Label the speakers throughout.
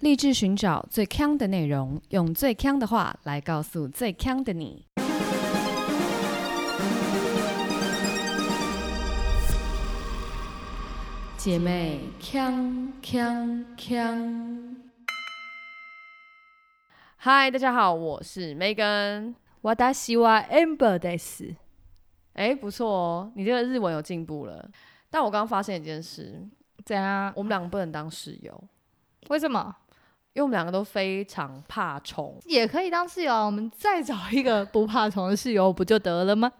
Speaker 1: 立志寻找最强的内容，用最强的话来告诉最强的你。姐妹，强强强！
Speaker 2: 嗨，大家好，我是 Megan。
Speaker 3: 我达西瓦 amber 的是
Speaker 2: 哎，不错哦，你这个日文有进步了。但我刚刚发现一件事，
Speaker 3: 怎样？
Speaker 2: 我们两个不能当室友，
Speaker 3: 为什么
Speaker 2: 因为我们两个都非常怕虫。
Speaker 3: 也可以当室友啊？我们再找一个不怕虫的室友不就得了吗？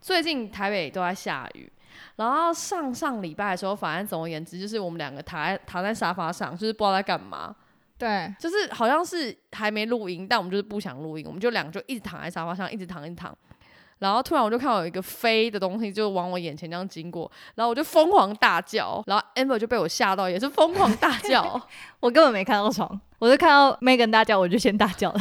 Speaker 2: 最近台北都在下雨，然后上上礼拜的时候，反正总而言之，就是我们两个躺在躺在沙发上，就是不知道在干嘛，
Speaker 3: 对，
Speaker 2: 就是好像是还没录音，但我们就是不想录音，我们就两个就一直躺在沙发上，一直躺一直躺。然后突然我就看到有一个飞的东西就往我眼前这样经过，然后我就疯狂大叫，然后 Amber 就被我吓到，也是疯狂大叫。
Speaker 3: 我根本没看到虫，我就看到 Megan 大叫，我就先大叫了。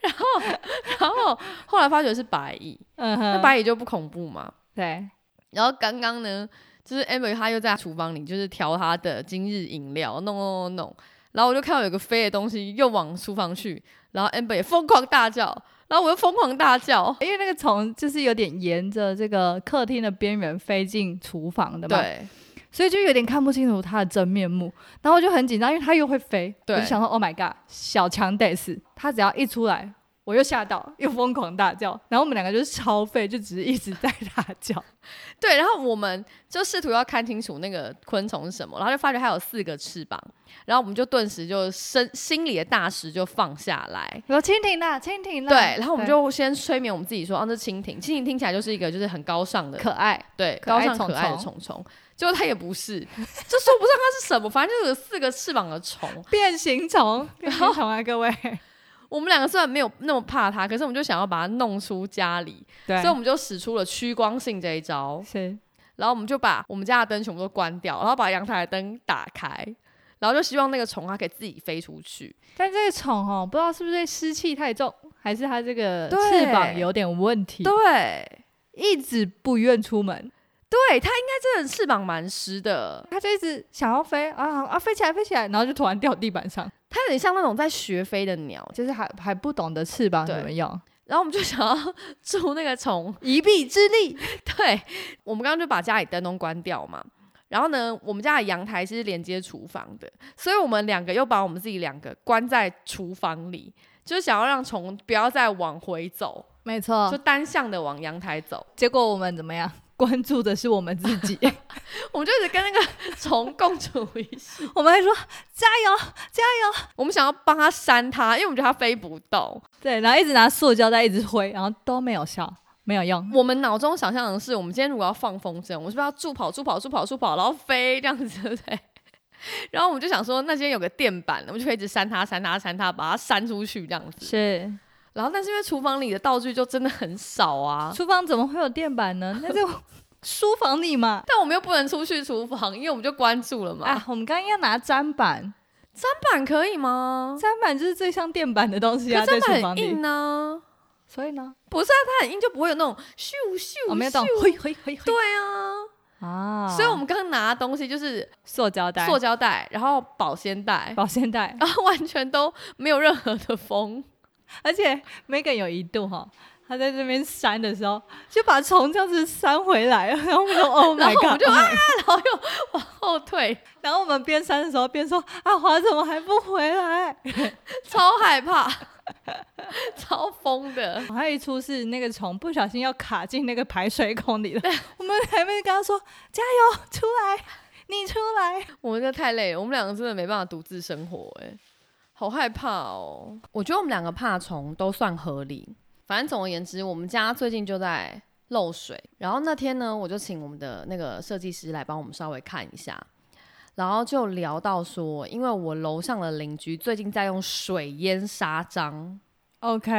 Speaker 2: 然后后来发觉是白蚁，
Speaker 3: 嗯
Speaker 2: 那
Speaker 3: 哼，
Speaker 2: 白蚁就不恐怖嘛。
Speaker 3: 对，
Speaker 2: 然后刚刚呢，就是 Amber 她又在厨房里就是调她的今日饮料，弄弄弄弄。然后我就看到有个飞的东西又往厨房去，然后 Amber 也疯狂大叫，然后我又疯狂大叫。
Speaker 3: 因为那个虫就是有点沿着这个客厅的边缘飞进厨房的嘛，
Speaker 2: 对，
Speaker 3: 所以就有点看不清楚它的真面目。然后我就很紧张，因为它又会飞，
Speaker 2: 对
Speaker 3: 我就想说 Oh my god，小强得死！它只要一出来。我又吓到，又疯狂大叫，然后我们两个就是超废，就只是一直在大 叫。
Speaker 2: 对，然后我们就试图要看清楚那个昆虫是什么，然后就发觉它有四个翅膀，然后我们就顿时就身心里的大石就放下来。
Speaker 3: 我说蜻蜓啦，蜻蜓啦。
Speaker 2: 对，然后我们就先催眠我们自己说，啊，那是蜻蜓，蜻蜓听起来就是一个就是很高尚的，
Speaker 3: 可爱，
Speaker 2: 对，
Speaker 3: 可
Speaker 2: 高
Speaker 3: 爱
Speaker 2: 尚
Speaker 3: 虫
Speaker 2: 可爱的
Speaker 3: 虫
Speaker 2: 虫虫。结果它也不是，就 说不上它是什么，反正就是有四个翅膀的虫。
Speaker 3: 变形虫，变形虫啊，各位。
Speaker 2: 我们两个虽然没有那么怕它，可是我们就想要把它弄出家里，
Speaker 3: 对
Speaker 2: 所以我们就使出了趋光性这一招。
Speaker 3: 是
Speaker 2: 然后我们就把我们家的灯全部都关掉，然后把阳台的灯打开，然后就希望那个虫它啊可以自己飞出去。
Speaker 3: 但这个虫哦，不知道是不是湿气太重，还是它这个
Speaker 2: 对
Speaker 3: 翅膀有点问题，
Speaker 2: 对，
Speaker 3: 一直不愿出门，
Speaker 2: 对，它应该真的翅膀蛮湿的，
Speaker 3: 它就一直想要飞啊啊，飞起来，飞起来，然后就突然掉地板上，
Speaker 2: 它有点像那种在学飞的鸟。
Speaker 3: 就是还还不懂得翅膀
Speaker 2: 对
Speaker 3: 怎么用，
Speaker 2: 然后我们就想要 助那个虫
Speaker 3: 一臂之力。
Speaker 2: 对，我们刚刚就把家里灯都关掉嘛。然后呢，我们家的阳台是连接厨房的，所以我们两个又把我们自己两个关在厨房里，就是想要让虫不要再往回走，
Speaker 3: 没
Speaker 2: 就
Speaker 3: 错，
Speaker 2: 单向的往阳台走。
Speaker 3: 结果我们怎么样？ 关注的是我们自 己，
Speaker 2: 我们就一直跟那个 虫共处一室，
Speaker 3: 我们还说加油，
Speaker 2: 我们想要帮它扇它，因为我们觉得它飞不动。
Speaker 3: 对，然后一直拿塑胶袋一直挥，然后都没有效，没有用。
Speaker 2: 我们脑中想象的是，我们今天如果要放风筝，我们是不是要助跑、助跑、助跑、助跑，然后飞这样子，对不 对？然后我们就想说，那今天有个垫板，我们就可以一直扇它、扇它、扇它，把它扇出去这样子。
Speaker 3: 是，
Speaker 2: 然后，但是因为厨房里的道具就真的很少啊，
Speaker 3: 厨房怎么会有垫板呢？那就 书房里嘛。
Speaker 2: 但我们又不能出去厨房，因为我们就关住了嘛。
Speaker 3: 啊，我们刚刚要拿砧板，
Speaker 2: 砧板可以吗？
Speaker 3: 砧板就是最像垫板的东西
Speaker 2: 可
Speaker 3: 啊，
Speaker 2: 是
Speaker 3: 在
Speaker 2: 砧
Speaker 3: 厨
Speaker 2: 板
Speaker 3: 房
Speaker 2: 很
Speaker 3: 里
Speaker 2: 硬。呢、
Speaker 3: 所以呢，
Speaker 2: 不是啊，它很硬就不会有那种咻咻咻。
Speaker 3: 我们要动，嘿嘿嘿嘿。
Speaker 2: 对啊，
Speaker 3: 啊，
Speaker 2: 所以我们刚刚拿的东西就是
Speaker 3: 塑胶袋、
Speaker 2: 塑胶袋，然后保鲜袋，
Speaker 3: 保鲜袋，
Speaker 2: 然后完全都没有任何的风。
Speaker 3: 而且 Megan 有一度哈。他在这边扇的时候，就把虫这样子扇回来，然后我 们就 Oh
Speaker 2: 然
Speaker 3: my
Speaker 2: 后我
Speaker 3: God！
Speaker 2: 们就
Speaker 3: oh my
Speaker 2: 啊，然后又往后退，
Speaker 3: 然后我们边扇的时候边说：“阿华怎么还不回来
Speaker 2: 超害怕， 超疯的？”。
Speaker 3: 还有一出是那个虫不小心要卡进那个排水 孔里了，我们还没跟他说：“加油，出来，你出来。”
Speaker 2: 我们这太累了，我们两个真的没办法独自生活、欸，好害怕哦。我觉得我们两个怕虫都算合理。反正总而言之，我们家最近就在漏水，然后那天呢，我就请我们的那个设计师来帮我们稍微看一下，然后就聊到说，因为我楼上的邻居最近在用水淹砂浆，
Speaker 3: OK，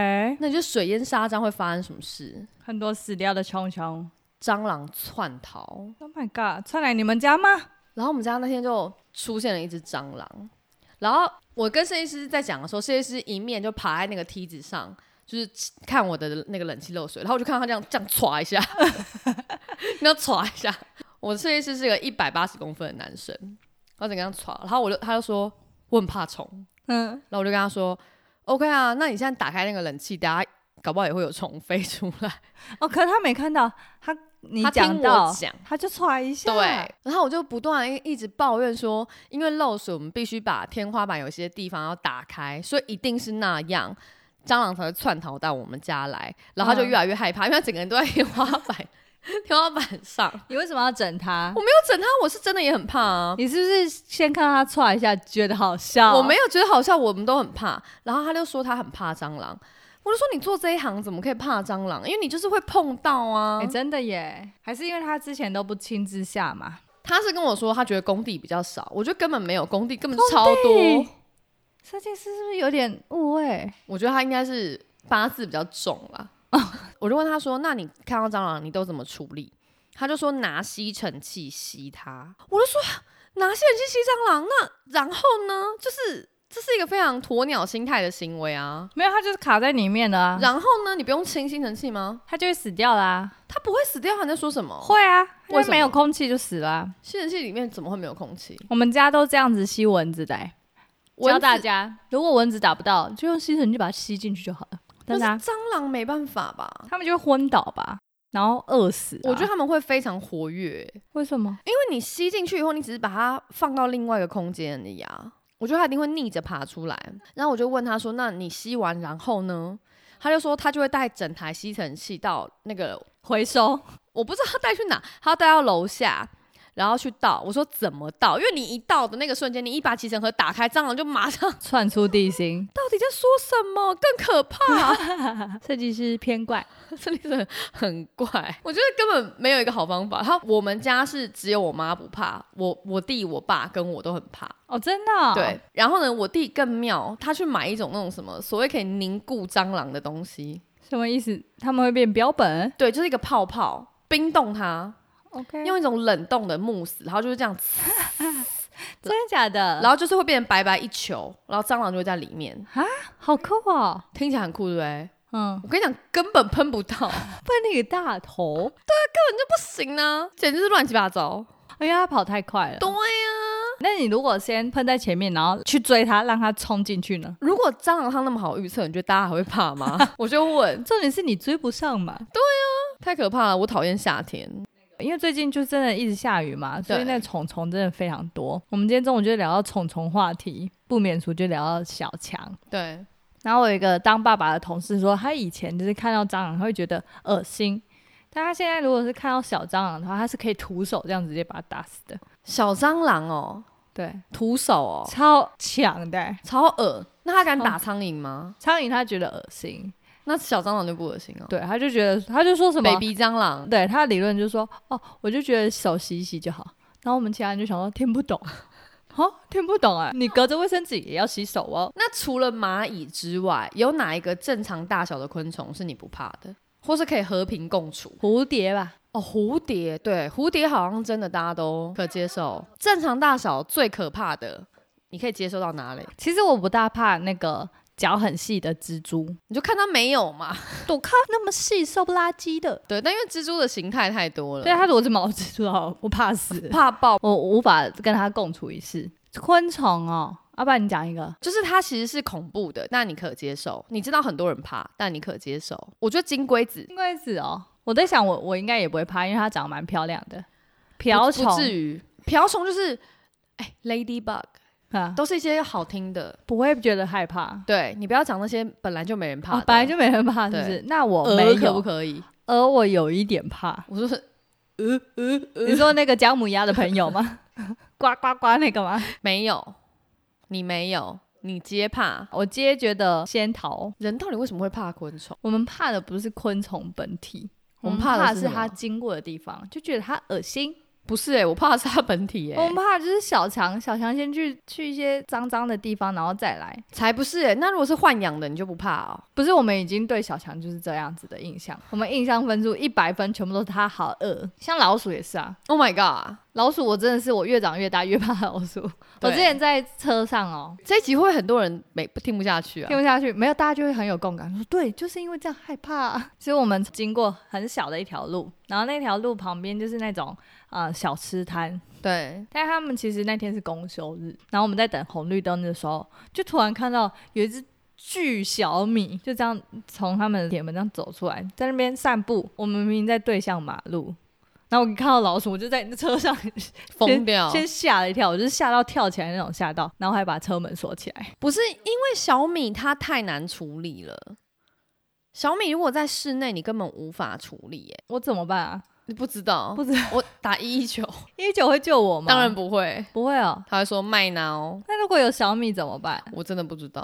Speaker 2: 那你觉得水淹砂浆会发生什么事？
Speaker 3: 很多死掉的虫虫。
Speaker 2: 蟑螂窜逃，
Speaker 3: Oh my god，串来你们家吗？
Speaker 2: 然后我们家那天就出现了一只蟑螂，然后我跟设计师在讲的时候，设计师一面就爬在那个梯子上，就是看我的那个冷气漏水，然后我就看到他这样这样歘一下， 那歘一下。我的设计师是个一百八十公分的男生，然后整个这样歘，然后我就他就说我很怕虫。
Speaker 3: 嗯，
Speaker 2: 然后我就跟他说：“OK 啊，那你现在打开那个冷气，大家搞不好也会有虫飞出来。
Speaker 3: 哦，可是他没看到，他你
Speaker 2: 他听
Speaker 3: 讲
Speaker 2: 我
Speaker 3: 到，
Speaker 2: 讲
Speaker 3: 他就踹一”下，
Speaker 2: 对，然后我就不断地一一直抱怨说，因为漏水，我们必须把天花板有些地方要打开，所以一定是那样。蟑螂才会窜逃到我们家来，然后他就
Speaker 3: 嗯
Speaker 2: 越来越害怕，因为他整个人都在天花板天花板上。我
Speaker 3: 你为什么要整他？
Speaker 2: 没有整他，我是真的也很怕 啊。
Speaker 3: 你是不是先看他踹一下，觉得好笑？
Speaker 2: 我没有觉得好笑，我们都很怕。然后他就说他很怕蟑螂，我就说你做这一行怎么可以怕蟑螂？因为你就是会碰到啊。
Speaker 3: 哎、真的耶，还是因为他之前都不亲自下嘛？
Speaker 2: 他是跟我说他觉得工地比较少，我觉得根本没有工地，根本就
Speaker 3: 工
Speaker 2: 超多
Speaker 3: 地。设计师是不是有点误会？
Speaker 2: 我觉得他应该是八字比较重啦。 我就问他说：“那你看到蟑螂你都怎么处理？”他就说拿吸尘器吸它。我就说拿吸尘器吸蟑螂，那然后呢？就是这是一个非常鸵鸟心态的行为啊。
Speaker 3: 没有，他就是卡在里面的啊，
Speaker 2: 然后呢？你不用清吸尘器吗？
Speaker 3: 他就会死掉啦、
Speaker 2: 它不会死掉，你在说什么？
Speaker 3: 会啊，因
Speaker 2: 为
Speaker 3: 为
Speaker 2: 什么
Speaker 3: 没有空气就死啦、
Speaker 2: 吸尘器里面怎么会没有空气？
Speaker 3: 我们家都这样子吸蚊子的欸、
Speaker 2: 蚊
Speaker 3: 教
Speaker 2: 子
Speaker 3: 大家，如果蚊子打不到，就用吸尘器把它吸进去就好了。
Speaker 2: 但
Speaker 3: 真的啊、
Speaker 2: 是蟑螂没办法吧？
Speaker 3: 他们就会昏倒吧，然后饿死啊、
Speaker 2: 我觉得他们会非常活跃，因
Speaker 3: 为什么？
Speaker 2: 为你吸进去以后，你只是把它放到另外一个空间里啊。我觉得它一定会逆着爬出来。然后我就问他说：“那你吸完然后呢？”他就说他就会带整台吸尘器到那个
Speaker 3: 回收
Speaker 2: 我不知道他带去哪，他要带到楼下，然后去倒。我说怎么倒？因为你一倒的那个瞬间，你一把吸尘盒打开，蟑螂就马上，
Speaker 3: 窜出地心
Speaker 2: 到底在说什么？更可怕。
Speaker 3: 设计师偏怪，
Speaker 2: 真的是很怪，我觉得根本没有一个好方法。他我们家是只有我妈不怕，我我弟、我爸跟我都很怕。
Speaker 3: 哦，真的哦、
Speaker 2: 对，然后呢，我弟更妙，他去买一种那种什么所谓可以凝固蟑螂的东西，
Speaker 3: 什么意思？他们会变标本
Speaker 2: 对，就是一个泡泡，冰冻它，
Speaker 3: ？OK，因
Speaker 2: 用
Speaker 3: 为
Speaker 2: 一种冷冻的慕斯，然后就是这样，呲
Speaker 3: 真的假的？
Speaker 2: 然后就是会变成白白一球，然后蟑螂就会在里面，
Speaker 3: 好酷哦，
Speaker 2: 听起来很酷，对不对？
Speaker 3: 嗯，
Speaker 2: 我跟你讲，根本喷不到，
Speaker 3: 笨你个大头，
Speaker 2: 不行呢、简直是乱七八糟。
Speaker 3: 因为他跑太快了。
Speaker 2: 对呀、啊
Speaker 3: 啊那你如果先喷在前面，然后去追他，让他冲进去呢？
Speaker 2: 如果蟑螂它那么好预测，你觉得大家还会怕吗？ 我就问，
Speaker 3: 重点是你追不上嘛，
Speaker 2: 太可怕了，我讨厌夏天。
Speaker 3: 因为最近就真的一直下雨嘛，所以
Speaker 2: 对
Speaker 3: 那虫虫真的非常多。我们今天中午就聊到虫虫话题，不免俗就聊到小强。
Speaker 2: 对，
Speaker 3: 然后我有一个当爸爸的同事说，他以前就是看到蟑螂他会觉得恶心，但他现在如果是看到小蟑螂的话，他是可以徒手这样直接把它打死的。
Speaker 2: 小蟑螂哦，
Speaker 3: 对，
Speaker 2: 徒手哦，
Speaker 3: 超强的欸、
Speaker 2: 超恶。那它敢打苍蝇吗？
Speaker 3: 苍蝇他觉得恶心，
Speaker 2: 那小蟑螂就不恶心哦。
Speaker 3: 对，他就觉得他就说什么
Speaker 2: ，baby 蟑螂，
Speaker 3: 对他的理论就是说，哦，我就觉得手洗一洗就好。然后我们其他人就想说，听不懂， 哦，听不懂哎、你隔着卫生纸也要洗手哦。
Speaker 2: 那除了蚂蚁之外，有哪一个正常大小的昆虫是你不怕的，或是可以和平共处？
Speaker 3: 蝴蝶吧，
Speaker 2: 哦，蝴蝶，对，蝴蝶好像真的大家都可接受。正常大小最可怕的，你可以接受到哪里？
Speaker 3: 其实我不大怕那个脚很细的蜘蛛，
Speaker 2: 你就看它没有嘛。
Speaker 3: 我靠，那么细瘦不拉几的。
Speaker 2: 对，但因为蜘蛛的形态太多了，
Speaker 3: 对，它如果是毛蜘蛛的话，我 怕死，
Speaker 2: 怕爆。
Speaker 3: 我无法跟它共处一室。昆虫哦，要、不然你讲一个，
Speaker 2: 就是它其实是恐怖的，但你可接受。你知道很多人怕，但你可接受。我觉得金龟子
Speaker 3: 金龟子哦，我在想我我应该也不会怕，因为它长得蛮漂亮的。瓢
Speaker 2: 不不
Speaker 3: 虫
Speaker 2: 至于，瓢虫就是哎，ladybug
Speaker 3: 啊，
Speaker 2: 都是一些好听的。
Speaker 3: 不会觉得害怕。
Speaker 2: 对你不要讲那些本来就没人怕
Speaker 3: 哦
Speaker 2: 的，，
Speaker 3: 本来就没人怕，是
Speaker 2: 对
Speaker 3: 不是？那我
Speaker 2: 鹅
Speaker 3: 没
Speaker 2: 可
Speaker 3: 有，
Speaker 2: 不可以？
Speaker 3: 鹅我有一点怕。
Speaker 2: 我说
Speaker 3: 你说那个姜母鸭的朋友 吗？呱呱呱那个吗？
Speaker 2: 没有，你没有，你皆怕。
Speaker 3: 我今天觉得先逃。
Speaker 2: 人到底为什么会怕昆虫？
Speaker 3: 我们怕的不是昆虫本体，
Speaker 2: 我
Speaker 3: 我
Speaker 2: 们
Speaker 3: 们
Speaker 2: 怕的
Speaker 3: 怕
Speaker 2: 是
Speaker 3: 是
Speaker 2: 什么
Speaker 3: 它经过的地方，就觉得它恶心。
Speaker 2: 不是哎、我怕的是它本体哎、
Speaker 3: 我们怕的就是小强，小强先去去一些脏脏的地方，然后再来。
Speaker 2: 才不是哎、那如果是豢养的，你就不怕哦、
Speaker 3: 不是我们已经对小强就是这样子的印象，我们印象分数一百分全部都是它好恶，像老鼠也是啊，
Speaker 2: Oh my god！
Speaker 3: 老鼠我真的是我越长越大越怕老鼠。我
Speaker 2: 对
Speaker 3: 之前在车上哦，
Speaker 2: 这一集会很多人没听不下去啊
Speaker 3: 听。不下去，没有大家就会很有共感，说对，就是因为这样害怕、其实我们经过很小的一条路，然后那条路旁边就是那种呃小吃摊，
Speaker 2: 对，
Speaker 3: 但他们其实那天是公休日，然后我们在等红绿灯的时候，就突然看到有一只巨小米就这样从他们的铁门这样走出来，在那边散步。我们明明在对向马路，然后我看到老鼠，我就在车上
Speaker 2: 疯掉。
Speaker 3: 先吓了一跳，我就是吓到跳起来那种吓到，然后还把车门锁起来。
Speaker 2: 不是因为小米它太难处理了，小米如果在室内，你根本无法处理、耶。
Speaker 3: 我怎么办啊？
Speaker 2: 你不知道，
Speaker 3: 不知道
Speaker 2: 我打一一九，
Speaker 3: 一九会救我吗？
Speaker 2: 当然不会，啊
Speaker 3: 不会哦。
Speaker 2: 他会说麦挠，
Speaker 3: 那如果有小米怎么办？
Speaker 2: 我真的不知道，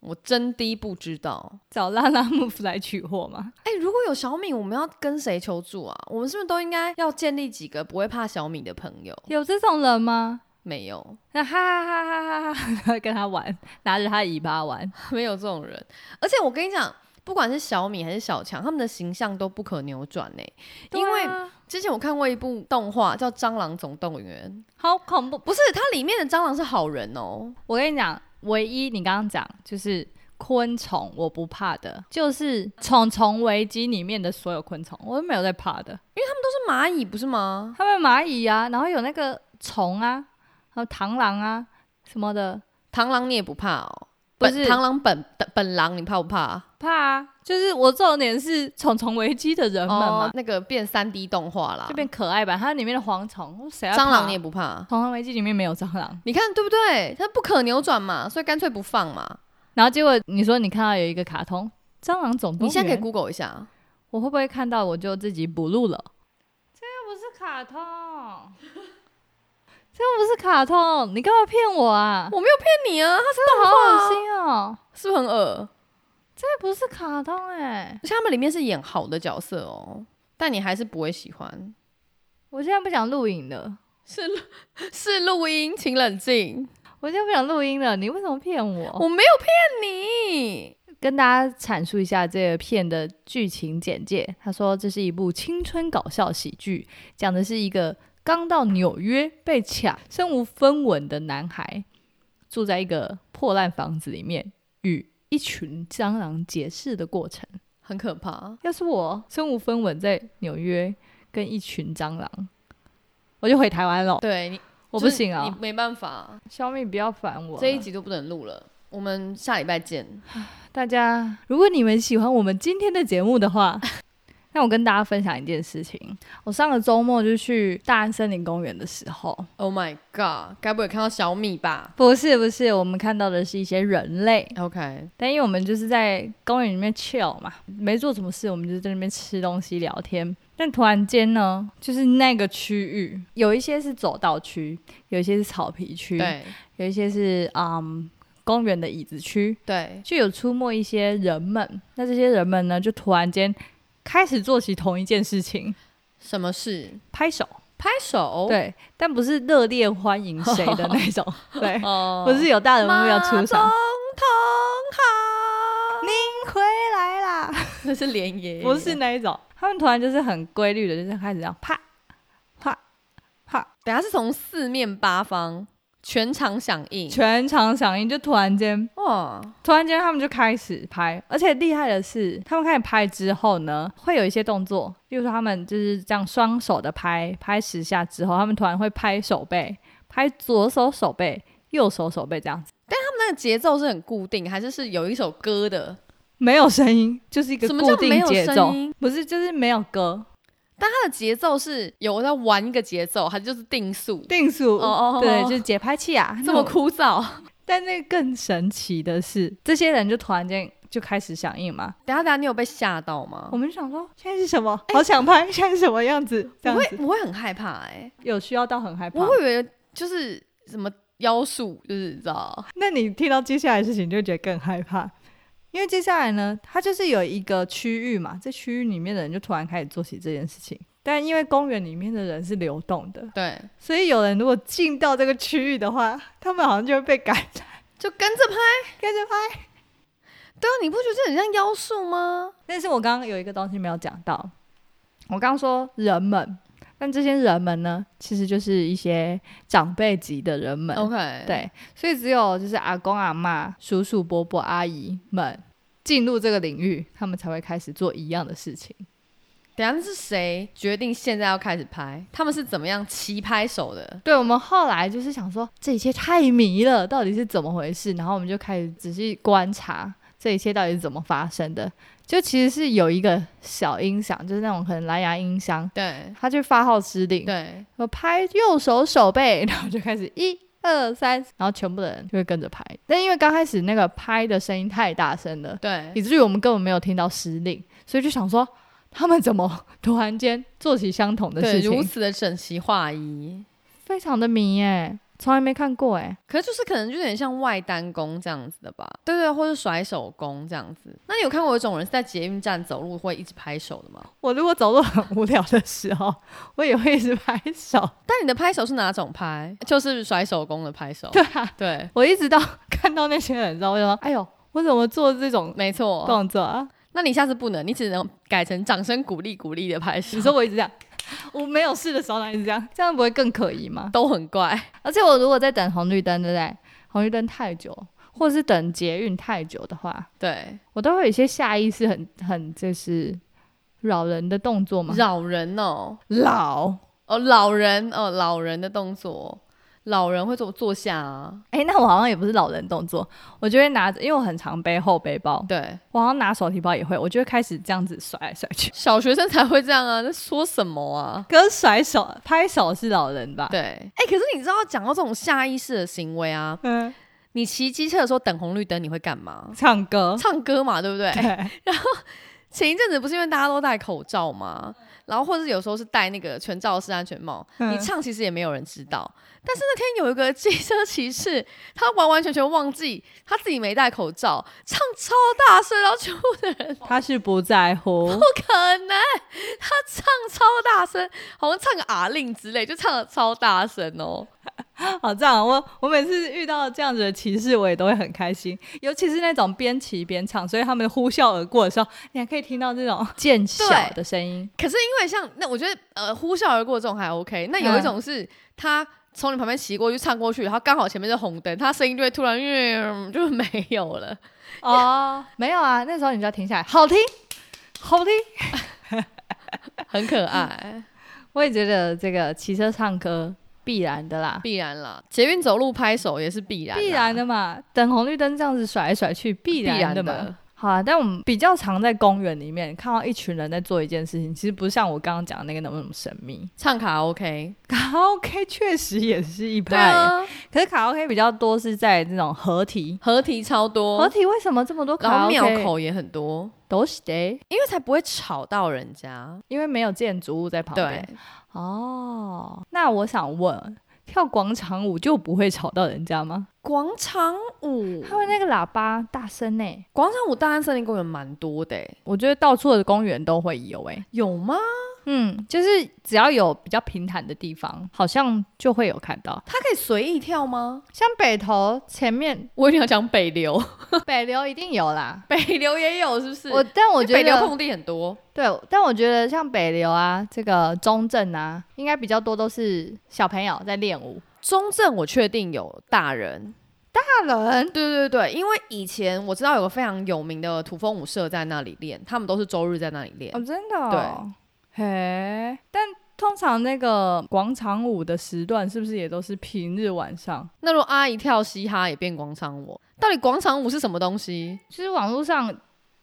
Speaker 2: 我真的不知道。
Speaker 3: 找拉拉木夫来取货吗？
Speaker 2: 哎、如果有小米，我们要跟谁求助啊？我们是不是都应该要建立几个不会怕小米的朋友？
Speaker 3: 有这种人吗？
Speaker 2: 没有，
Speaker 3: 那哈哈哈哈 哈哈，跟他玩，拿着他的尾巴玩，
Speaker 2: 没有这种人。而且我跟你讲，不管是小米还是小强，他们的形象都不可扭转呢、因
Speaker 3: 对
Speaker 2: 为
Speaker 3: 啊
Speaker 2: 之前我看过一部动画叫《蟑螂总动员》，
Speaker 3: 好恐怖。
Speaker 2: 不是它里面的蟑螂是好人哦，
Speaker 3: 我跟你讲，唯一你刚刚讲就是昆虫，我不怕的，就是《虫虫危机》里面的所有昆虫，我都没有在怕的。
Speaker 2: 都是蚂蚁不是吗？
Speaker 3: 他们蚂蚁啊，然后有那个虫啊，还有螳螂啊什么的，
Speaker 2: 螳螂你也不怕哦？
Speaker 3: 不
Speaker 2: 本
Speaker 3: 是
Speaker 2: 螳螂本本狼你怕不怕？
Speaker 3: 怕啊。就是我重点是《虫虫危机》的人们
Speaker 2: 哦
Speaker 3: 嘛，，
Speaker 2: 那个变三 D 动画啦
Speaker 3: 就，变可爱版，它里面的蝗虫，谁要
Speaker 2: 哦蟑螂你也
Speaker 3: 也，《
Speaker 2: 不怕？
Speaker 3: 虫虫危机》里面没有蟑螂。
Speaker 2: 你看对不对？它不可扭转嘛，所以干脆不放嘛。
Speaker 3: 然后结果你说你看到有一个卡通《蟑螂总动员》，
Speaker 2: 你现在可以 Google 一下，
Speaker 3: 我会不会看到我就自己补录了？这又不是卡通，这又不是卡通，你干嘛骗我啊？
Speaker 2: 我没有骗你啊，它是
Speaker 3: 这好恶心哦，
Speaker 2: 是不是很恶？
Speaker 3: 这不是卡通哎、
Speaker 2: 而且他们里面是演好的角色哦，但你还是不会喜欢。
Speaker 3: 我现在不想录影了，
Speaker 2: 是录音，请冷静，
Speaker 3: 我现在不想录音了，你为什么骗我？
Speaker 2: 我没有骗你。
Speaker 3: 跟大家阐述一下这个片的剧情简介。他说，这是一部青春搞笑喜剧，讲的是一个刚到纽约被抢、身无分文的男孩，住在一个破烂房子里面，与一群蟑螂结识的过程。
Speaker 2: 很可怕。
Speaker 3: 要是我身无分文在纽约跟一群蟑螂，我就回台湾了。
Speaker 2: 对你，
Speaker 3: 我
Speaker 2: 就
Speaker 3: 不
Speaker 2: 是
Speaker 3: 行啊
Speaker 2: 你，没办法，
Speaker 3: 小米不要烦我了。
Speaker 2: 这一集都不能录了。我们下礼拜见。
Speaker 3: 大家，如果你们喜欢我们今天的节目的 话，那我跟大家分享一件事情。我上个周末就去大安森林公园的时候，
Speaker 2: Oh my god，该不会看到小米吧
Speaker 3: 不是不是，我们看到的是一些人类，
Speaker 2: ？OK，
Speaker 3: 但因为我们就是在公园里面 chill 嘛，没做什么事，我们就在那边吃东西聊天。但突然间呢，就是那个区域有一些是走道区，有一些是草皮区，
Speaker 2: 对
Speaker 3: 有一些是嗯公园的椅子区，
Speaker 2: 对，
Speaker 3: 就有出没一些人们。那这些人们呢，就突然间开始做起同一件事情，
Speaker 2: 什么事？
Speaker 3: 拍手。
Speaker 2: 拍手。，
Speaker 3: 对，但不是热烈欢迎谁的那 种，对，
Speaker 2: 哦
Speaker 3: 不是有大人物要出场，
Speaker 2: 总统
Speaker 3: 您回来 啦，
Speaker 2: 好，那是连爷，
Speaker 3: 不是。那一种。他们突然就是很规律的，就是开始这样啪啪啪，
Speaker 2: 等下是从四面八方全场响应。
Speaker 3: 全场响应，就突然间
Speaker 2: 哇，
Speaker 3: 突然间他们就开始拍，而且厉害的是，他们开始拍之后呢，会有一些动作，例如说他们就是这样双手的拍，拍十下之后，他们突然会拍手背，拍左手手背，右手手背这样子，
Speaker 2: 他们那个节奏是很固定，还是是有一首歌的？
Speaker 3: 没有声音，就是一个
Speaker 2: 什么
Speaker 3: 固
Speaker 2: 叫没
Speaker 3: 定
Speaker 2: 有
Speaker 3: 节奏
Speaker 2: 声，音？
Speaker 3: 不是就是没有歌
Speaker 2: 但它的节奏是有在玩一个节奏，还是就是定速？
Speaker 3: 定数，
Speaker 2: 哦哦
Speaker 3: 对，就是节拍器啊，
Speaker 2: 这么
Speaker 3: 酷。
Speaker 2: 枯燥。
Speaker 3: 但那更神奇的是，这些人就突然间就开始响应嘛，
Speaker 2: 等一下，等一下，你有被吓到吗
Speaker 3: 我？们就想说现在是什么，好想拍，现在是什么样子，这
Speaker 2: 哎我
Speaker 3: 样
Speaker 2: 会
Speaker 3: 子
Speaker 2: 我会很害怕哎、
Speaker 3: 有需要到很害怕
Speaker 2: 我。会以为就是什么妖术，就是你知道，
Speaker 3: 那你听到接下来的事情，就会觉得更害怕，因为接下来呢，它就是有一个区域嘛，这区域里面的人就突然开始做起这件事情。但因为公园里面的人是流动的，
Speaker 2: 对，
Speaker 3: 所以有人如果进到这个区域的话，他们好像就会被赶，
Speaker 2: 就跟着拍。
Speaker 3: 跟着拍。
Speaker 2: 对啊，你不觉得这很像妖术吗？
Speaker 3: 但是我刚刚有一个东西没有讲到，我刚刚说人们，但这些人们呢，其实就是一些长辈级的人们。
Speaker 2: OK，，
Speaker 3: 对，所以只有就是阿公阿嬷、叔叔伯伯、阿姨们进入这个领域，他们才会开始做一样的事情。
Speaker 2: 等一下那是谁决定现在要开始拍？他们是怎么样齐拍手的？
Speaker 3: 对我们后来就是想说，这一切太迷了，到底是怎么回事？然后我们就开始仔细观察这一切到底是怎么发生的。就其实是有一个小音响，就是那种可能蓝牙音箱，
Speaker 2: 对
Speaker 3: 它就发号施令，
Speaker 2: 对，
Speaker 3: 我拍右手手背，然后就开始一二三，然后全部的人就会跟着拍。但因为刚开始那个拍的声音太大声了，
Speaker 2: 对，
Speaker 3: 以至于我们根本没有听到失令，所以就想说他们怎么 突然间做起相同的
Speaker 2: 对，
Speaker 3: 事
Speaker 2: 如
Speaker 3: 情，
Speaker 2: 此的整齐划一，
Speaker 3: 非常的迷耶、从来没看过哎、
Speaker 2: 可是就是可能就有点像外单工这样子的吧，对对，或者甩手工这样子。那你有看过有一种人是在捷运站走路会一直拍手的吗？
Speaker 3: 我如果走路很无聊的时候，我也会一直拍手。
Speaker 2: 但你的拍手是哪种拍？就是甩手工的拍手。
Speaker 3: 对啊，
Speaker 2: 对，
Speaker 3: 我一直到 看到那些人之后，我就说：“哎呦，我怎么做这种
Speaker 2: 没错。
Speaker 3: 动作啊
Speaker 2: 那你下次不能，你只能改成掌声鼓励鼓励的拍？”手。
Speaker 3: 你说我一直这样， 我没有事的时候呢，一直这样，这样不会更可疑吗？
Speaker 2: 都很怪，
Speaker 3: 而且我如果在等红绿灯，对不对？红绿灯太久，或者是等捷运太久的话，
Speaker 2: 对，
Speaker 3: 我都会有一些下意识很很就是扰人的动作嘛，
Speaker 2: 扰人哦，
Speaker 3: 扰。
Speaker 2: 哦，老人哦，老人的动作，老人会坐坐下啊，
Speaker 3: 哎、那我好像也不是老人动作，我就会拿着，因为我很常背后背包，
Speaker 2: 对，
Speaker 3: 我好像拿手提包也会，我就会开始这样子甩来甩去，
Speaker 2: 小学生才会这样啊，在说什么啊？
Speaker 3: 跟甩手拍手是老人吧？，
Speaker 2: 对，哎、可是你知道，讲到这种下意识的行为啊，
Speaker 3: 嗯，
Speaker 2: 你骑机车的时候等红绿灯，你会干嘛？
Speaker 3: 唱歌，
Speaker 2: 唱歌嘛，对不对？
Speaker 3: 对，
Speaker 2: 前一阵子不是因为大家都戴口罩吗？然后或者是有时候是戴那个全罩式安全帽，
Speaker 3: 嗯
Speaker 2: 你唱其实也没有人知道。但是那天有一个机车骑士，他完完全全忘记他自己没戴口罩，唱超大声，然后全部的人
Speaker 3: 他是不在 乎，
Speaker 2: 不可能，他唱超大声，好像唱个阿令之类，就唱的超大声哦。
Speaker 3: 好这样，我我每次遇到这样子的骑士，我也都会很开心，尤其是那种边骑边唱，所以他们呼啸而过的时候，你还可以听到这种渐小的声音，
Speaker 2: 可是因为像那，我觉得呃呼啸而过这种还 OK，那有一种是他从你旁边骑过去、唱过去，然后刚好前面是红灯，他声音就会突然、嗯、就没有了。
Speaker 3: 哦， 没有啊，那时候你就要停下来，好听，好听。
Speaker 2: 很可 爱，
Speaker 3: 我也觉得这个骑车唱歌必然的啊啦，
Speaker 2: 必然啦。捷运走路拍手也是必然，
Speaker 3: 必然，的嘛，等红绿灯这样子甩来甩去，
Speaker 2: 必
Speaker 3: 必然
Speaker 2: 然
Speaker 3: 的嘛。。好啊，但我们比较常在公园里面看到一群人在做一件事情，其实不像我刚刚讲的那个那么那么神秘。
Speaker 2: 唱卡 OK，
Speaker 3: 卡拉 OK 确实也是一派、
Speaker 2: 对啊，
Speaker 3: 可是卡拉 OK 比较多是在这种合体，
Speaker 2: 合体超
Speaker 3: 合
Speaker 2: 多，
Speaker 3: 体为什么这么多卡
Speaker 2: 然
Speaker 3: 拉
Speaker 2: 后
Speaker 3: OK？
Speaker 2: 庙口也很多，
Speaker 3: 都是的，
Speaker 2: 因为才不会吵到人家。
Speaker 3: 因为没有建筑物在旁边
Speaker 2: 对。，
Speaker 3: 哦，那我想问，跳广场舞就不会吵到人家吗？
Speaker 2: 广场舞，
Speaker 3: 他们那个喇叭大声欸呢、
Speaker 2: 广场舞大安森林公园蛮多的欸，
Speaker 3: 我觉得到处的公园都会有诶、
Speaker 2: 有吗？
Speaker 3: 嗯，就是只要有比较平坦的地方，好像就会有看到。
Speaker 2: 它可以随意跳吗？，
Speaker 3: 像北头前面
Speaker 2: 我一定要讲北流，
Speaker 3: 北流一定有啦。
Speaker 2: 北流也有是不是？
Speaker 3: 我但我觉
Speaker 2: 北流
Speaker 3: 得
Speaker 2: 空地很多，
Speaker 3: 对，但我觉得像北流啊，这个中正啊，应该比较多都是小朋友在练舞。
Speaker 2: 中正我确定有大人，
Speaker 3: 大人
Speaker 2: 对对对，因为以前我知道有个非常有名的土风舞社在那里练，他们都是周日在那里练。
Speaker 3: 哦，真的、哦、对，嘿，但通常那个广场舞的时段是不是也都是平日晚上？
Speaker 2: 那如果阿姨跳嘻哈也变广场舞，到底广场舞是什么东西？
Speaker 3: 其实网络上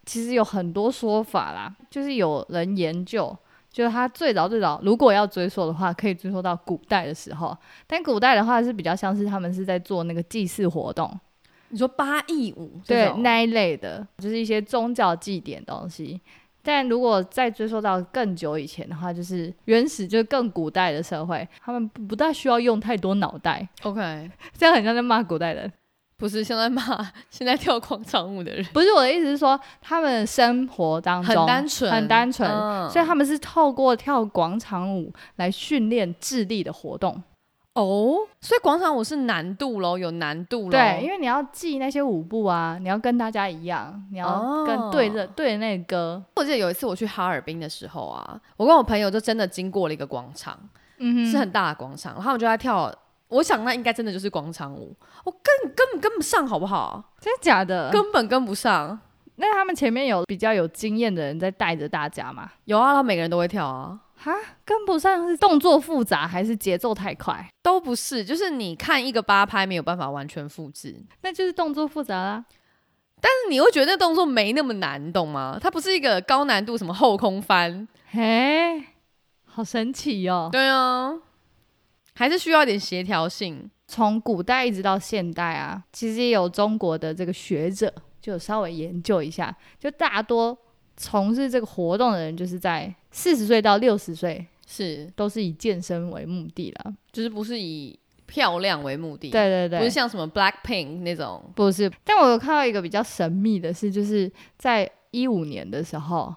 Speaker 3: 其实有很多说法啦，就是有人研究，就是它最早最早，如果要追溯的话，可以追溯到古代的时候。但古代的话是比较像是他们是在做那个祭祀活动，
Speaker 2: 你说八义舞这
Speaker 3: 对
Speaker 2: 种
Speaker 3: 那一类的，就是一些宗教祭典东西。但如果再追溯到更久以前的话，就是原始，就是更古代的社会，他们不不大需要用太多脑袋，
Speaker 2: OK，
Speaker 3: 这样很像在骂古代人。
Speaker 2: 不是现在骂现在跳广场舞的人
Speaker 3: 不是我的意思是说，他们的生活当中
Speaker 2: 很单纯，
Speaker 3: 很单纯，
Speaker 2: 嗯
Speaker 3: 所以他们是透过跳广场舞来训练智力的活动。
Speaker 2: 哦，所以广场舞是难度喽，有难度喽。
Speaker 3: 对，因为你要记那些舞步啊，你要跟大家一样，你要跟对着、
Speaker 2: 哦
Speaker 3: 对着那个歌，
Speaker 2: 我记得有一次我去哈尔滨的时候啊，我跟我朋友就真的经过了一个广场，
Speaker 3: 嗯哼
Speaker 2: 是很大的广场，然后我们就在跳。我想那应该真的就是广场舞，我根根本跟不上，好不好？
Speaker 3: 真的假的？
Speaker 2: 根本跟不上。
Speaker 3: 那他们前面有比较有经验的人在带着大家吗？
Speaker 2: 有啊，他每个人都会跳啊，
Speaker 3: 哈，跟不上是动作复杂还是节奏太快？
Speaker 2: 都不是，就是你看一个八拍没有办法完全复制，
Speaker 3: 那就是动作复杂啦。
Speaker 2: 但是你会觉得那动作没那么难，你懂吗？它不是一个高难度什么后空翻，
Speaker 3: 嘿，好神奇哦！
Speaker 2: 对啊，还是需要一点协调性。
Speaker 3: 从古代一直到现代啊，其实也有中国的这个学者就稍微研究一下，就大多从事这个活动的人，就是在四十岁到六十岁
Speaker 2: 是，
Speaker 3: 都是以健身为目的啦。
Speaker 2: 就是不是以漂亮为目的，，
Speaker 3: 对对
Speaker 2: 不是
Speaker 3: 对，
Speaker 2: 像什么 Blackpink 那种，
Speaker 3: 不是。但我有看到一个比较神秘的事，就是在一五年的时候，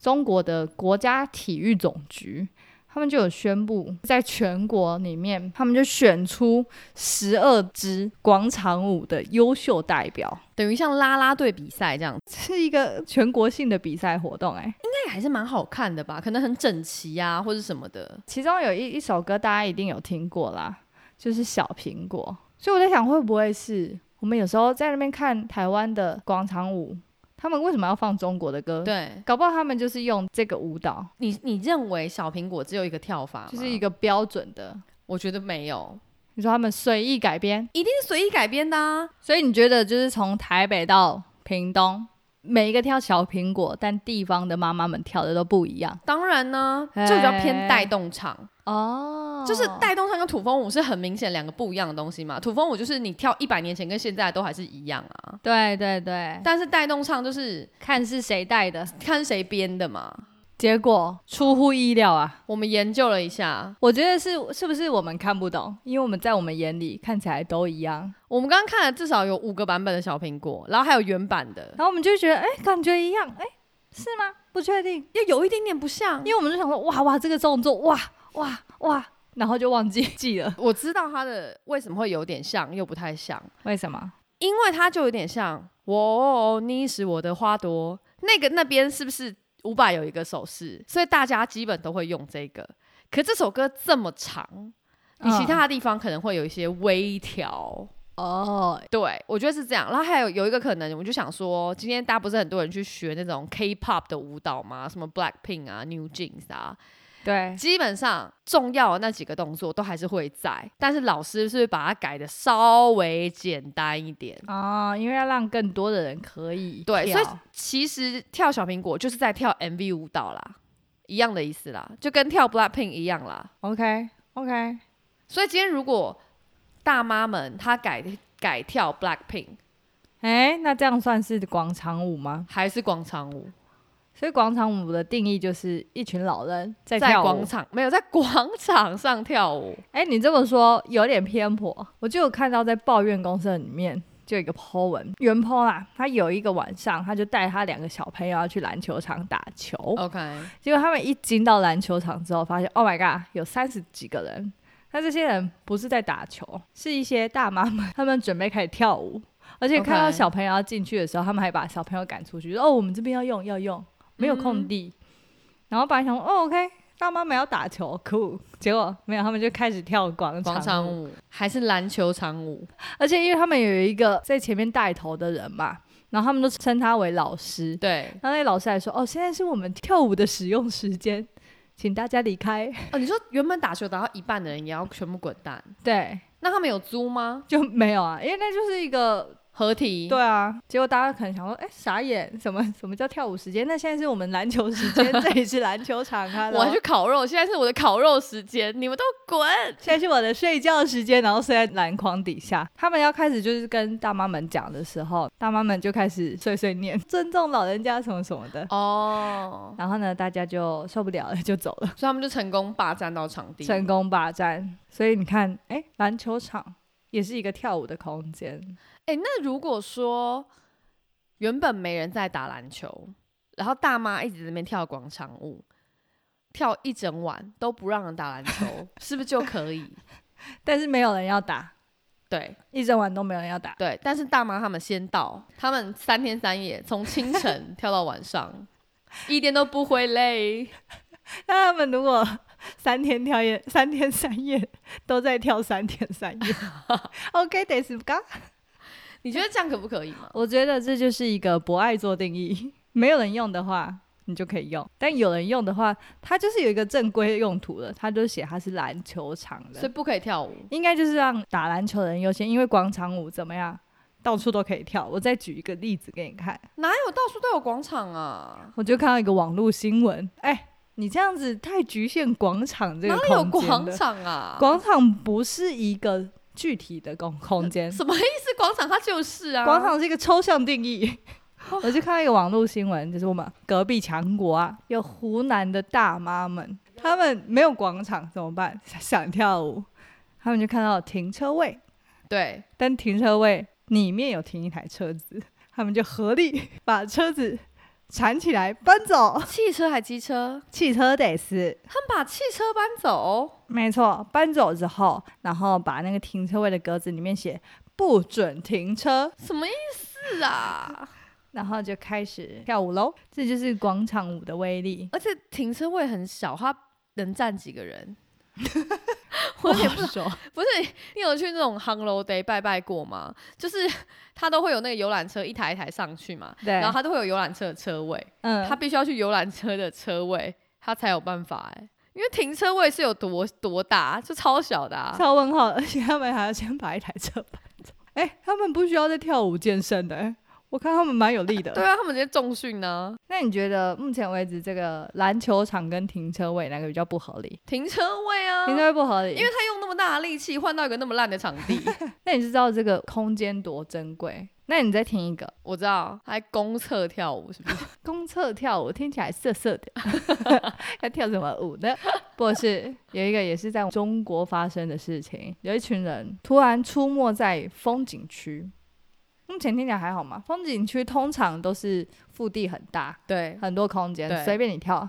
Speaker 3: 中国的国家体育总局。他们就有宣布，在全国里面，他们就选出十二支广场舞的优秀代表，
Speaker 2: 等于像啦啦队比赛这样，
Speaker 3: 是一个全国性的比赛活动、哎，
Speaker 2: 应该还是蛮好看的吧？可能很整齐啊，或者什么的。
Speaker 3: 其中有一一首歌大家一定有听过啦，就是《小苹果》。所以我在想，会不会是我们有时候在那边看台湾的广场舞，他们为什么要放中国的歌？，
Speaker 2: 对
Speaker 3: 搞不好他们就是用这个舞蹈，
Speaker 2: 你，你认为小苹果只有一个跳法吗？
Speaker 3: 就是一个标准的。
Speaker 2: 我觉得没有，
Speaker 3: 你说他们随意改编，
Speaker 2: 一定是随意改编的啊。
Speaker 3: 所以你觉得就是从台北到屏东，每一个跳小苹果，但地方的妈妈们跳的都不一样
Speaker 2: 当然呢，就比较偏
Speaker 3: 哎
Speaker 2: 带动场，
Speaker 3: 哦
Speaker 2: 就是带动唱跟土风舞是很明显两个不一样的东西嘛。土风舞就是你跳一百年前跟现在都还是一样啊，
Speaker 3: 对对对，
Speaker 2: 但是带动唱就是
Speaker 3: 看是谁带的，
Speaker 2: 看谁编的嘛。
Speaker 3: 结果出乎意料啊！
Speaker 2: 我们研究了一下，
Speaker 3: 我觉得是是不是我们看不懂？因为我们在我们眼里看起来都一样，
Speaker 2: 我们刚刚看了至少有五个版本的小苹果，然后还有原版的，
Speaker 3: 然后我们就觉得哎、感觉一样，哎、是吗？不确定，
Speaker 2: 又有一点点不像。
Speaker 3: 因为我们就想说哇哇这个动作哇哇哇，然后就忘记记了，
Speaker 2: 我知道它的为什么会有点像，又不太像，
Speaker 3: 为什么？
Speaker 2: 因为它就有点像“我哦你是我的花朵”，那个那边是不是伍佰有一个手势，所以大家基本都会用这个。可这首歌这么长，你其他的地方可能会有一些微调。
Speaker 3: 哦，
Speaker 2: 对，我觉得是这样。然后还有有一个可能，我就想说，今天大家不是很多人去学那种 K-pop 的舞蹈吗？什么 Blackpink 啊、New Jeans 啊，
Speaker 3: 对，
Speaker 2: 基本上重要的那几个动作都还是会在，但是老师是不是把它改的稍微简单一点？
Speaker 3: 哦，因为要让更多的人可以
Speaker 2: 对，所
Speaker 3: 跳
Speaker 2: 以其实跳小苹果就是在跳 MV 舞蹈啦，一样的意思啦，就跟跳 Blackpink 一样啦。
Speaker 3: OK OK，
Speaker 2: 所以今天如果大妈们她改改跳 Blackpink
Speaker 3: 哎、那这样算是广场舞吗？
Speaker 2: 还是广场舞，
Speaker 3: 所以广场舞的定义就是一群老人在
Speaker 2: 在
Speaker 3: 跳舞
Speaker 2: 广场没有在广场上跳舞，
Speaker 3: 哎、你这么说有点偏颇。我就有看到在抱怨公社里面就有一个 po 文，原 po 啦，他有一个晚上，他就带他两个小朋友要去篮球场打球，
Speaker 2: OK，
Speaker 3: 结果他们一进到篮球场之后，发现 Oh my god，有三十几个人。那这些人不是在打球，是一些大妈们， 他们准备开始跳舞，而且
Speaker 2: OK
Speaker 3: 看到小朋友要进去的时候，他们还把小朋友赶出去，说：“哦，我们这边要用，要用，没有空
Speaker 2: 嗯
Speaker 3: 地。然后本来想说：“哦，OK，大妈们要打球，cool。”结果没有，他们就开始跳广场
Speaker 2: 广场舞还是篮球场舞，
Speaker 3: 而且因为他们有一个在前面带头的人嘛，然后他们都称他为老师，
Speaker 2: 对
Speaker 3: 然后那老师还说：“哦，现在是我们跳舞的使用时间，请大家离开。
Speaker 2: 哦，你说原本打球打到一半的人也要全部滚蛋，”
Speaker 3: 对，
Speaker 2: 那他们有租吗？
Speaker 3: 就没有啊，因为那就是一个
Speaker 2: 合体？
Speaker 3: 对啊。结果大家可能想说：“哎，傻眼，什么什么叫跳舞时间？那现在是我们篮球时间， 这里是篮球场啊。”
Speaker 2: 我还去烤肉，现在是我的烤肉时间，你们都滚！
Speaker 3: 现在是我的睡觉时间，然后睡在篮筐底下。他们要开始就是跟大妈们讲的时候，大妈们就开始碎碎念，尊重老人家什么什么的。
Speaker 2: 哦，
Speaker 3: 然后呢，大家就受不了了，就走了，
Speaker 2: 所以他们就成功霸占到场地。
Speaker 3: 成功霸占。所以你看，哎，篮球场也是一个跳舞的空间，
Speaker 2: 哎、那如果说原本没人在打篮球，然后大妈一直在那边跳广 场舞，跳一整晚都不让人打篮球，是不是就可以？
Speaker 3: 但是没有人要打，
Speaker 2: 对
Speaker 3: 一整晚都没有人要打。
Speaker 2: 对，但是大妈他们先到，他们三天三夜从清晨跳到晚上，一点都不会累。
Speaker 3: 那他们如果三天跳夜，三天三夜都在跳三天三 夜，OK，得是刚。
Speaker 2: 你觉得这样可不可以吗？
Speaker 3: 我觉得这就是一个不爱做定义，没有人用的话，你就可以用；但有人用的话，它就是有一个正规用途了，它就写它是篮球场
Speaker 2: 所以
Speaker 3: 的，
Speaker 2: 不可以跳舞。
Speaker 3: 应该就是让打篮球的人优先，因为广场舞怎么样，到处都可以跳。我再举一个例子给你看，
Speaker 2: 哪有到处都有广场啊？
Speaker 3: 我就看到一个网络新闻，哎、你这样子太局限广场这个
Speaker 2: 哪
Speaker 3: 空
Speaker 2: 里有
Speaker 3: 间
Speaker 2: 广
Speaker 3: 了
Speaker 2: 场啊？
Speaker 3: 广场不是一个具体的空空间，
Speaker 2: 什么意思？广场它就是啊，
Speaker 3: 广场是一个抽象定义。 我就看到一个网络新闻，就是我们隔壁强国啊，有湖南的大妈们，他们没有广场怎么办？想跳舞，他们就看到停车位，
Speaker 2: 对，
Speaker 3: 但停车位里面有停一台车子， 他们就合力 把车子缠起来搬走。
Speaker 2: 汽车还机车，
Speaker 3: 汽车得死，
Speaker 2: 他们把汽车搬走，
Speaker 3: 没错，搬走之后，然后把那个停车位的格子里面写不准停车，
Speaker 2: 什么意思啊？
Speaker 3: 然后就开始跳舞喽。这就是广场舞的威力。
Speaker 2: 而且停车位很小，它能站几个 人？
Speaker 3: 我
Speaker 2: 我
Speaker 3: 也
Speaker 2: 也
Speaker 3: 不
Speaker 2: 不
Speaker 3: 说，
Speaker 2: 不是你有去那种 h a n g l o Day 拜拜过吗？就是它都会有那个游览车一台一台上去嘛，
Speaker 3: 对，
Speaker 2: 然后它都会有游览车的车位，
Speaker 3: 嗯，
Speaker 2: 它必须要去游览车的车位，它才有办法哎、因为停车位是有多多大，就超小的、啊，
Speaker 3: 超问号，而且他们还要先把一台车搬走。哎、他们不需要再跳舞健身的、哎我看他们蛮有力的。
Speaker 2: 对啊，他们直接重训啊呢、
Speaker 3: 那你觉得目前为止这个篮球场跟停车位哪个比较不合理？
Speaker 2: 停车位啊，
Speaker 3: 停车位不合理，
Speaker 2: 因为他用那么大的力气换到一个那么烂的场 地，
Speaker 3: 那你就知道这个空间多珍贵。那你再听一个
Speaker 2: 我知道还公厕跳舞 是不是？
Speaker 3: 公厕跳舞，听起来涩涩的， 要跳什么舞呢？不过是有一个也是在中国发生的事情，有一群人突然出没在风景区。目前听起来还好嘛？风景区通常都是腹地很大，
Speaker 2: 对，
Speaker 3: 很多空间，
Speaker 2: 对
Speaker 3: 随便你跳。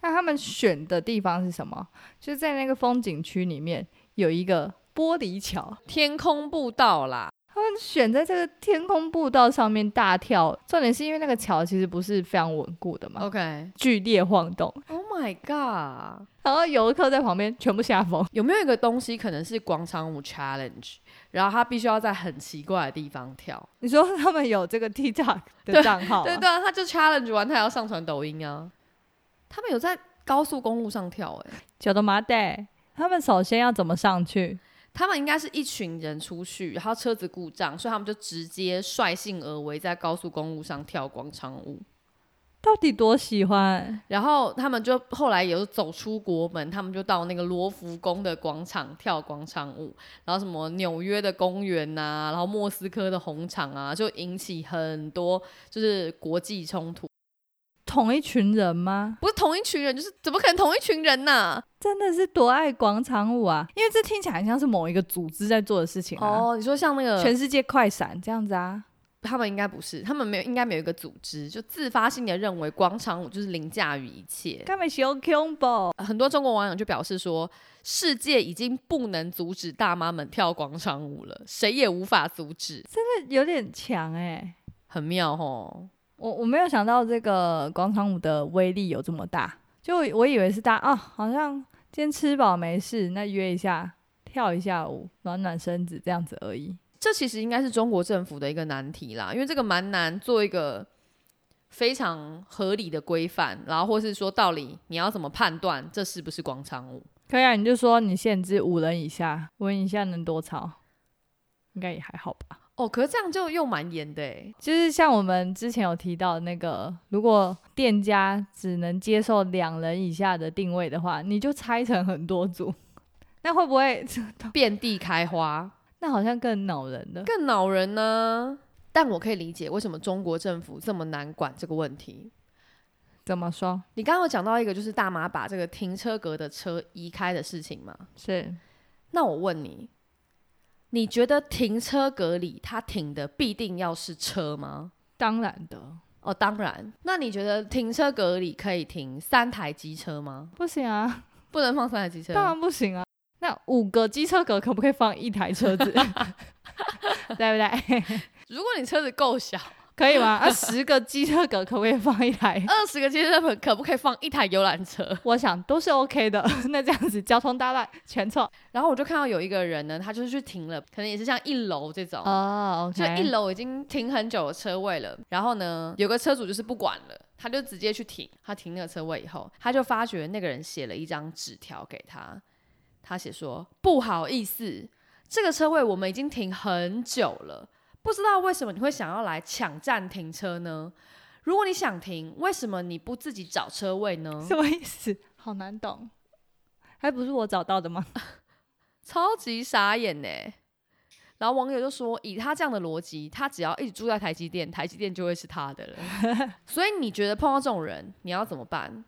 Speaker 3: 但他们选的地方是什么？就是在那个风景区里面有一个玻璃桥，
Speaker 2: 天空步道啦，
Speaker 3: 他们选在这个天空步道上面大跳。重点是因为那个桥其实不是非常稳固的嘛，
Speaker 2: OK，Oh
Speaker 3: 剧烈晃动，
Speaker 2: Oh my god，
Speaker 3: 然后游客在旁边全部吓疯。
Speaker 2: 有没有一个东西可能是广场舞 challenge，然后他必须要在很奇怪的地方跳？
Speaker 3: 你说他们有这个 TikTok 的
Speaker 2: 对
Speaker 3: 账号、啊，
Speaker 2: 对对啊，他就 challenge 完，他还要上传抖音啊。他们有在高速公路上跳、欸，
Speaker 3: 九的麻袋，他们首先要怎么上去？
Speaker 2: 他们应该是一群人出去，然后车子故障，所以他们就直接率性而为，在高速公路上跳广场舞。
Speaker 3: 到底多喜欢？
Speaker 2: 然后他们就后来有走出国门，他们就到那个罗浮宫的广场跳广场舞，然后什么纽约的公园呐、然后莫斯科的红场啊，就引起很多就是国际冲突。
Speaker 3: 同一群人吗？
Speaker 2: 不是同一群人，就是怎么可能同一群人呐、
Speaker 3: 真的是多爱广场舞啊！因为这听起来很像是某一个组织在做的事情啊。
Speaker 2: 哦，你说像那个
Speaker 3: 全世界快闪这样子啊，
Speaker 2: 他们应该不是，他们没有，应该没有一个组织，就自发性的认为广场舞就是凌驾于一切。
Speaker 3: 干嘛修 combo？
Speaker 2: 很多中国网友就表示说，世界已经不能阻止大妈们跳广场舞了，谁也无法阻止。
Speaker 3: 这有点强哎、
Speaker 2: 很妙吼，
Speaker 3: 我我没有想到这个广场舞的威力有这么大，就我我以为是大啊，好像今天吃饱没事，那约一下跳一下舞，暖暖身子这样子而已。
Speaker 2: 这其实应该是中国政府的一个难题啦，因为这个蛮难做一个非常合理的规范，然后或是说到底你要怎么判断这是不是广场舞？
Speaker 3: 可以啊，你就说你限制五人以下，五人以下能多吵？应该也还好吧。
Speaker 2: 哦，可是这样就又蛮严的欸诶。
Speaker 3: 就是像我们之前有提到的那个，如果店家只能接受两人以下的定位的话，你就拆成很多组，那会不会
Speaker 2: 遍地开花，
Speaker 3: 那好像更恼人的？
Speaker 2: 更恼人呢、但我可以理解为什么中国政府这么难管这个问题。
Speaker 3: 怎么说？
Speaker 2: 你刚刚有讲到一个，就是大妈把这个停车格的车移开的事情嘛？
Speaker 3: 是
Speaker 2: 那我问你，你觉得停车格里它停的必定要是车吗？
Speaker 3: 当然的，
Speaker 2: 哦，当然。那你觉得停车格里可以停三台机车吗？
Speaker 3: 不行啊，
Speaker 2: 不能放三台机车。
Speaker 3: 当然不行啊。那五个机车格可不可以放一台车子？ 对不对？
Speaker 2: 如果你车子够小，
Speaker 3: 可以吗？啊，十个机车格可不可以放一台？
Speaker 2: 二十个机车可可不可以放一台游览车？
Speaker 3: 我想都是 OK 的。 那这样子交通大乱全错
Speaker 2: 然后我就看到有一个人呢，他就是去停了，可能也是像一楼这种，
Speaker 3: 哦
Speaker 2: 就一楼已经停很久的车位了。然后呢，有个车主就是不管了，他就直接去停。他停那个车位以后，他就发觉那个人写了一张纸条给他，他写说：“不好意思，这个车位我们已经停很久了，不知道为什么你会想要来抢占停车呢？如果你想停，为什么你不自己找车位呢？
Speaker 3: 什么意 思？好难懂，还不是我找到的吗？
Speaker 2: 超级傻眼呢、然后网友就说，以他这样的逻辑，他只要一直住在台积电，台积电就会是他 的了。所以你觉得碰到这种人，你要怎么办？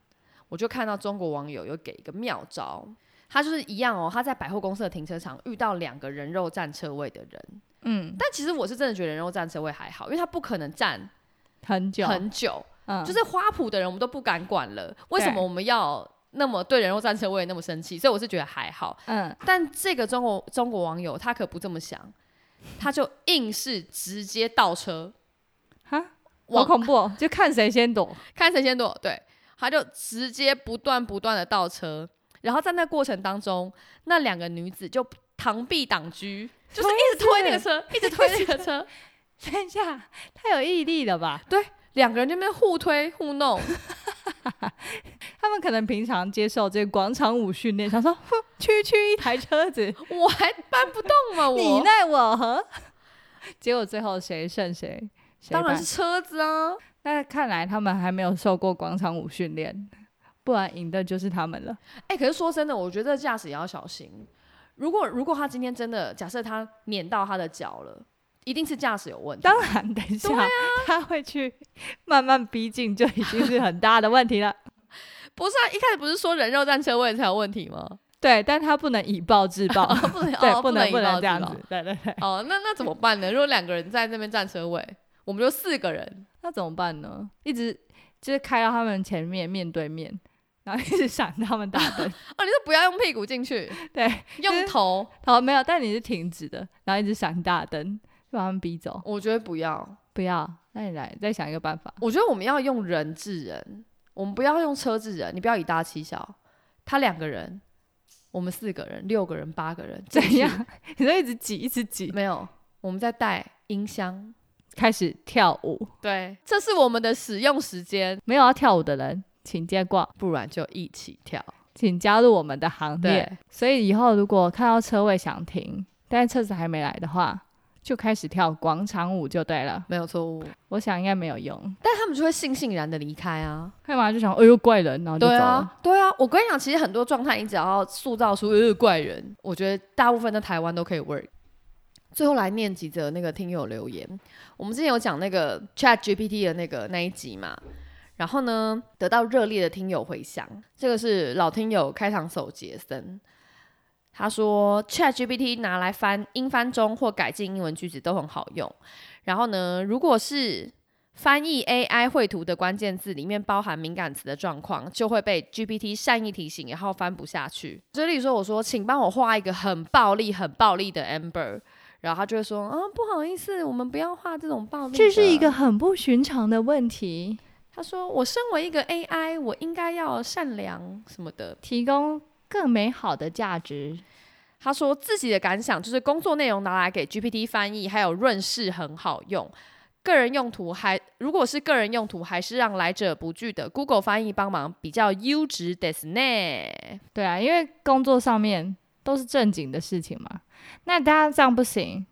Speaker 2: 我就看到中国网友有给一个妙招，他就是一样哦，他在百货公司的停车场遇到两个人肉占车位的人，
Speaker 3: 嗯，
Speaker 2: 但其实我是真的觉得人肉占车位还好，因为他不可能占
Speaker 3: 很久，
Speaker 2: 很久，
Speaker 3: 嗯，
Speaker 2: 就是花圃的人我们都不敢管了，为什
Speaker 3: 对
Speaker 2: 么我们要那么对人肉占车位那么生气？所以我是觉得还好。
Speaker 3: 嗯，
Speaker 2: 但这个中国中国网友他可不这么想，他就硬是直接倒车，
Speaker 3: 哈，好
Speaker 2: 往
Speaker 3: 恐怖、哦，就看谁先躲。
Speaker 2: 看谁先躲，对，他就直接不断不断的倒车，然后在那过程当中，那两个女子就螳臂挡车，就是一直推那个车，一直推那个车，
Speaker 3: 等一下，太有毅力了吧？
Speaker 2: 两个人就在那边互推互弄，
Speaker 3: 他们可能平常接受这个广场舞训练，想说， 哼，区区一台车子，
Speaker 2: 我还搬不动吗？
Speaker 3: 你
Speaker 2: 我
Speaker 3: 奈我何？ 结果最后谁胜谁？谁
Speaker 2: 当然
Speaker 3: 败
Speaker 2: 是车子啊，
Speaker 3: 那看来他们还没有受过广场舞训练，不然赢的就是他们了。
Speaker 2: 哎、可是说真的，我觉得驾驶也要小心。如果如果他今天真的假设他碾到他的脚了，一定是驾驶有问题。
Speaker 3: 当然，等一下、
Speaker 2: 对
Speaker 3: 他会去慢慢逼近，就已经是很大的问题 了。
Speaker 2: 不是啊，一开始不是说人肉占车位才有问题吗？
Speaker 3: 对，但他不能以暴制暴，
Speaker 2: 不能
Speaker 3: 对，
Speaker 2: 哦，
Speaker 3: 不能
Speaker 2: 能
Speaker 3: 不能
Speaker 2: 引爆
Speaker 3: 这样
Speaker 2: 自
Speaker 3: 子
Speaker 2: 爆。
Speaker 3: 对对对，
Speaker 2: 哦，那那怎么办呢？如果两个人在那边占车位，我们就四个人，
Speaker 3: 那怎么办呢？一直就是开到他们前面面对面，然后一直闪他们大 灯。
Speaker 2: 哦，你就不要用屁股进去，
Speaker 3: 对，
Speaker 2: 用头，
Speaker 3: 好，没有，但你是停止的，然后一直闪大灯，就把他们逼走。
Speaker 2: 我觉得不要。
Speaker 3: 不要，那你来再想一个办法。
Speaker 2: 我觉得我们要用人治人，我们不要用车治人。你不要以大欺小，他两个人，我们四个人、六个人、八个人，进
Speaker 3: 怎
Speaker 2: 去
Speaker 3: 样？你就一直挤，一直挤，
Speaker 2: 没有，我们在带音箱。
Speaker 3: 开始跳舞。
Speaker 2: 对，这是我们的使用时间，
Speaker 3: 没有要跳舞的人，请接挂，
Speaker 2: 不然就一起跳。
Speaker 3: 请加入我们的行列。
Speaker 2: 对，
Speaker 3: 所以以后如果看到车位想停，但是车子还没来的话，就开始跳广场舞就对了。
Speaker 2: 没有错误。
Speaker 3: 我想应该没有用，
Speaker 2: 但他们就会悻悻然的离开啊。
Speaker 3: 干嘛就想，哎呦怪人，然后就走
Speaker 2: 对
Speaker 3: 了。
Speaker 2: 啊，对啊。我跟你讲，其实很多状态，你只要塑造出呃怪人，我觉得大部分在台湾都可以 work。最后来念几则那个听友留言。我们之前有讲那个 Chat GPT 的那个那一集嘛，然后呢得到热烈的听友回响。这个是老听友开场手杰森，他说 Chat GPT 拿来翻英翻中或改进英文句子都很好用。然后呢，如果是翻译 AI 绘图的关键字里面包含敏感词的状况，就会被 GPT 善意提醒，然后翻不下去。就例如说，我说请帮我画一个很暴力、很暴力的 Amber，然后他就会说啊，不好意思，我们不要画这种暴力的。
Speaker 3: 这是一个很不寻常的问题，
Speaker 2: 他说我身为一个 AI，我应该要善良什么的。
Speaker 3: 提供更美好的价值。
Speaker 2: 他说自己的感想就是工作内容拿来给 GPT 翻译，还有润饰很好用。个人用途还如果是个人用途，还是让来者不拒的 Google 翻译帮忙比较优质ですね。
Speaker 3: 对啊，因为工作上面都是正经的事情嘛。那大家这样不行，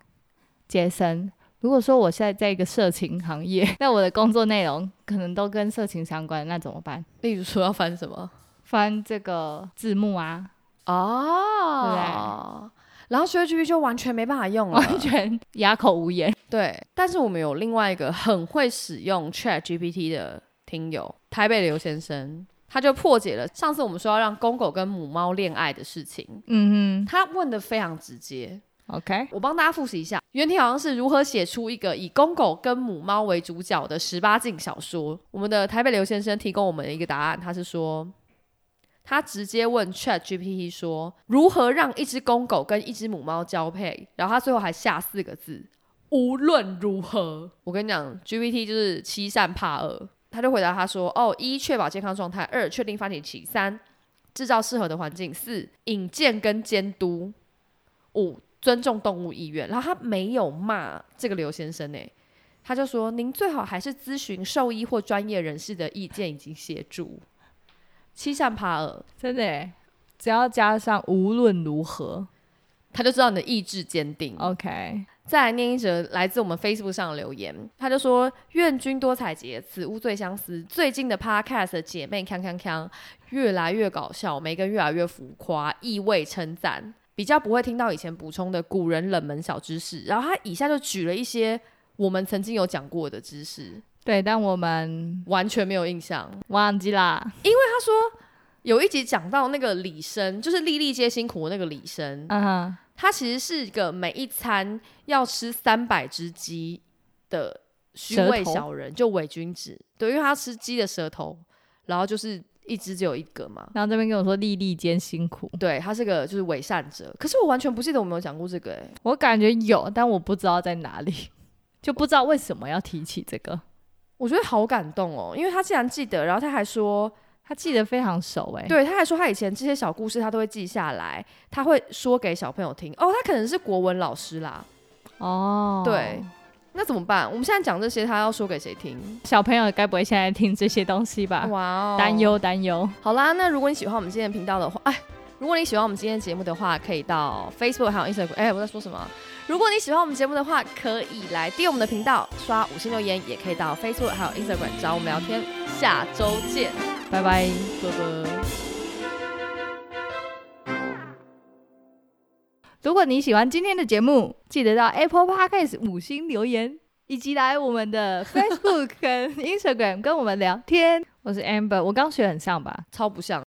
Speaker 3: 杰森。如果说我现在在一个色情行业， 那我的工作内容可能都跟色情相关，那怎么办？
Speaker 2: 例如说要翻什么
Speaker 3: 翻这个字幕啊，
Speaker 2: 哦，然后 ChatGPT 就完全没办法用了，
Speaker 3: 完全哑口无言。
Speaker 2: 对，但是我们有另外一个很会使用 Chat GPT 的听友，台北刘先生，他就破解了上次我们说要让公狗跟母猫恋爱的事情。
Speaker 3: 嗯
Speaker 2: 他问的非常直接，
Speaker 3: 哼，OK，
Speaker 2: 我帮大家复习一下，原题好像是如何写出一个以公狗跟母猫为主角的十八禁小说。我们的台北刘先生提供我们一个答案，他是说，他直接问 Chat GPT 说如何让一只公狗跟一只母猫交配，然后他最后还下四个字：无论如何。我跟你讲，GPT 就是欺善怕恶，他就回答他说：哦，一确保健康状态，二确定发展期，三制造适合的环境，四引荐跟监督，五尊重动物意愿。然后他没有骂这个刘先生呢、欸他就说：“您最好还是咨询兽医或专业人士的意见以及协助。”欺善怕恶，
Speaker 3: 真的耶，只要加上无论如何
Speaker 2: 他就知道你的意志坚定。
Speaker 3: 哦，OK，
Speaker 2: 再来念一则来自我们 Facebook 上的留言，他就说：“愿君多采撷，此屋最相思。最近的 Podcast 姐妹锵锵锵，越来越搞笑，梅根越来越浮夸，意味称赞，比较不会听到以前补充的古人冷门小知识。”然后他以下就举了一些我们曾经有讲过的知识，
Speaker 3: 对，但我们
Speaker 2: 完全没有印象。
Speaker 3: 忘记啦，
Speaker 2: 有一集讲到那个李生，就是粒粒皆辛苦的那个李生，
Speaker 3: 嗯哼，
Speaker 2: 他其实是一个每一餐要吃三百只鸡的虚伪小人，就伪君子。对，因为他吃鸡的舌头，然后就是一只只有一个嘛。
Speaker 3: 然后这边跟我说粒粒皆辛苦，
Speaker 2: 对他是个就是伪善者，可是我完全不记得我们有讲过这个、欸，
Speaker 3: 我感觉有，但我不知道在哪里， 就不知道为什么要提起这个。
Speaker 2: 我觉得好感动哦，因为他竟然记得，然后他还说，
Speaker 3: 他记得非常熟哎、
Speaker 2: 对，他还说他以前这些小故事他都会记下来，他会说给小朋友听。哦，他可能是国文老师啦，
Speaker 3: 哦，
Speaker 2: 对，那怎么办？我们现在讲这些，他要说给谁听？
Speaker 3: 小朋友该不会现在听这些东西吧？
Speaker 2: 哇哦
Speaker 3: 啊担。忧担忧，
Speaker 2: 好啦，那如果你喜欢我们今天的频道的话，哎，如果你喜欢我们今天的节目的话，可以到 Facebook 还有 Instagram。哎，我在说什么？如果你喜欢我们节目的话，可以来订阅我们的频道，刷五星留言，也可以到 Facebook 还有 Instagram 找我们聊天。下周见，
Speaker 3: 拜拜。
Speaker 2: 拜拜。
Speaker 3: 如果你喜欢今天的节目，记得到 Apple Podcast 五星留言，以及来我们的 Facebook 跟 Instagram 跟我们聊天。我是 Amber，我刚学很像吧？
Speaker 2: 超不像。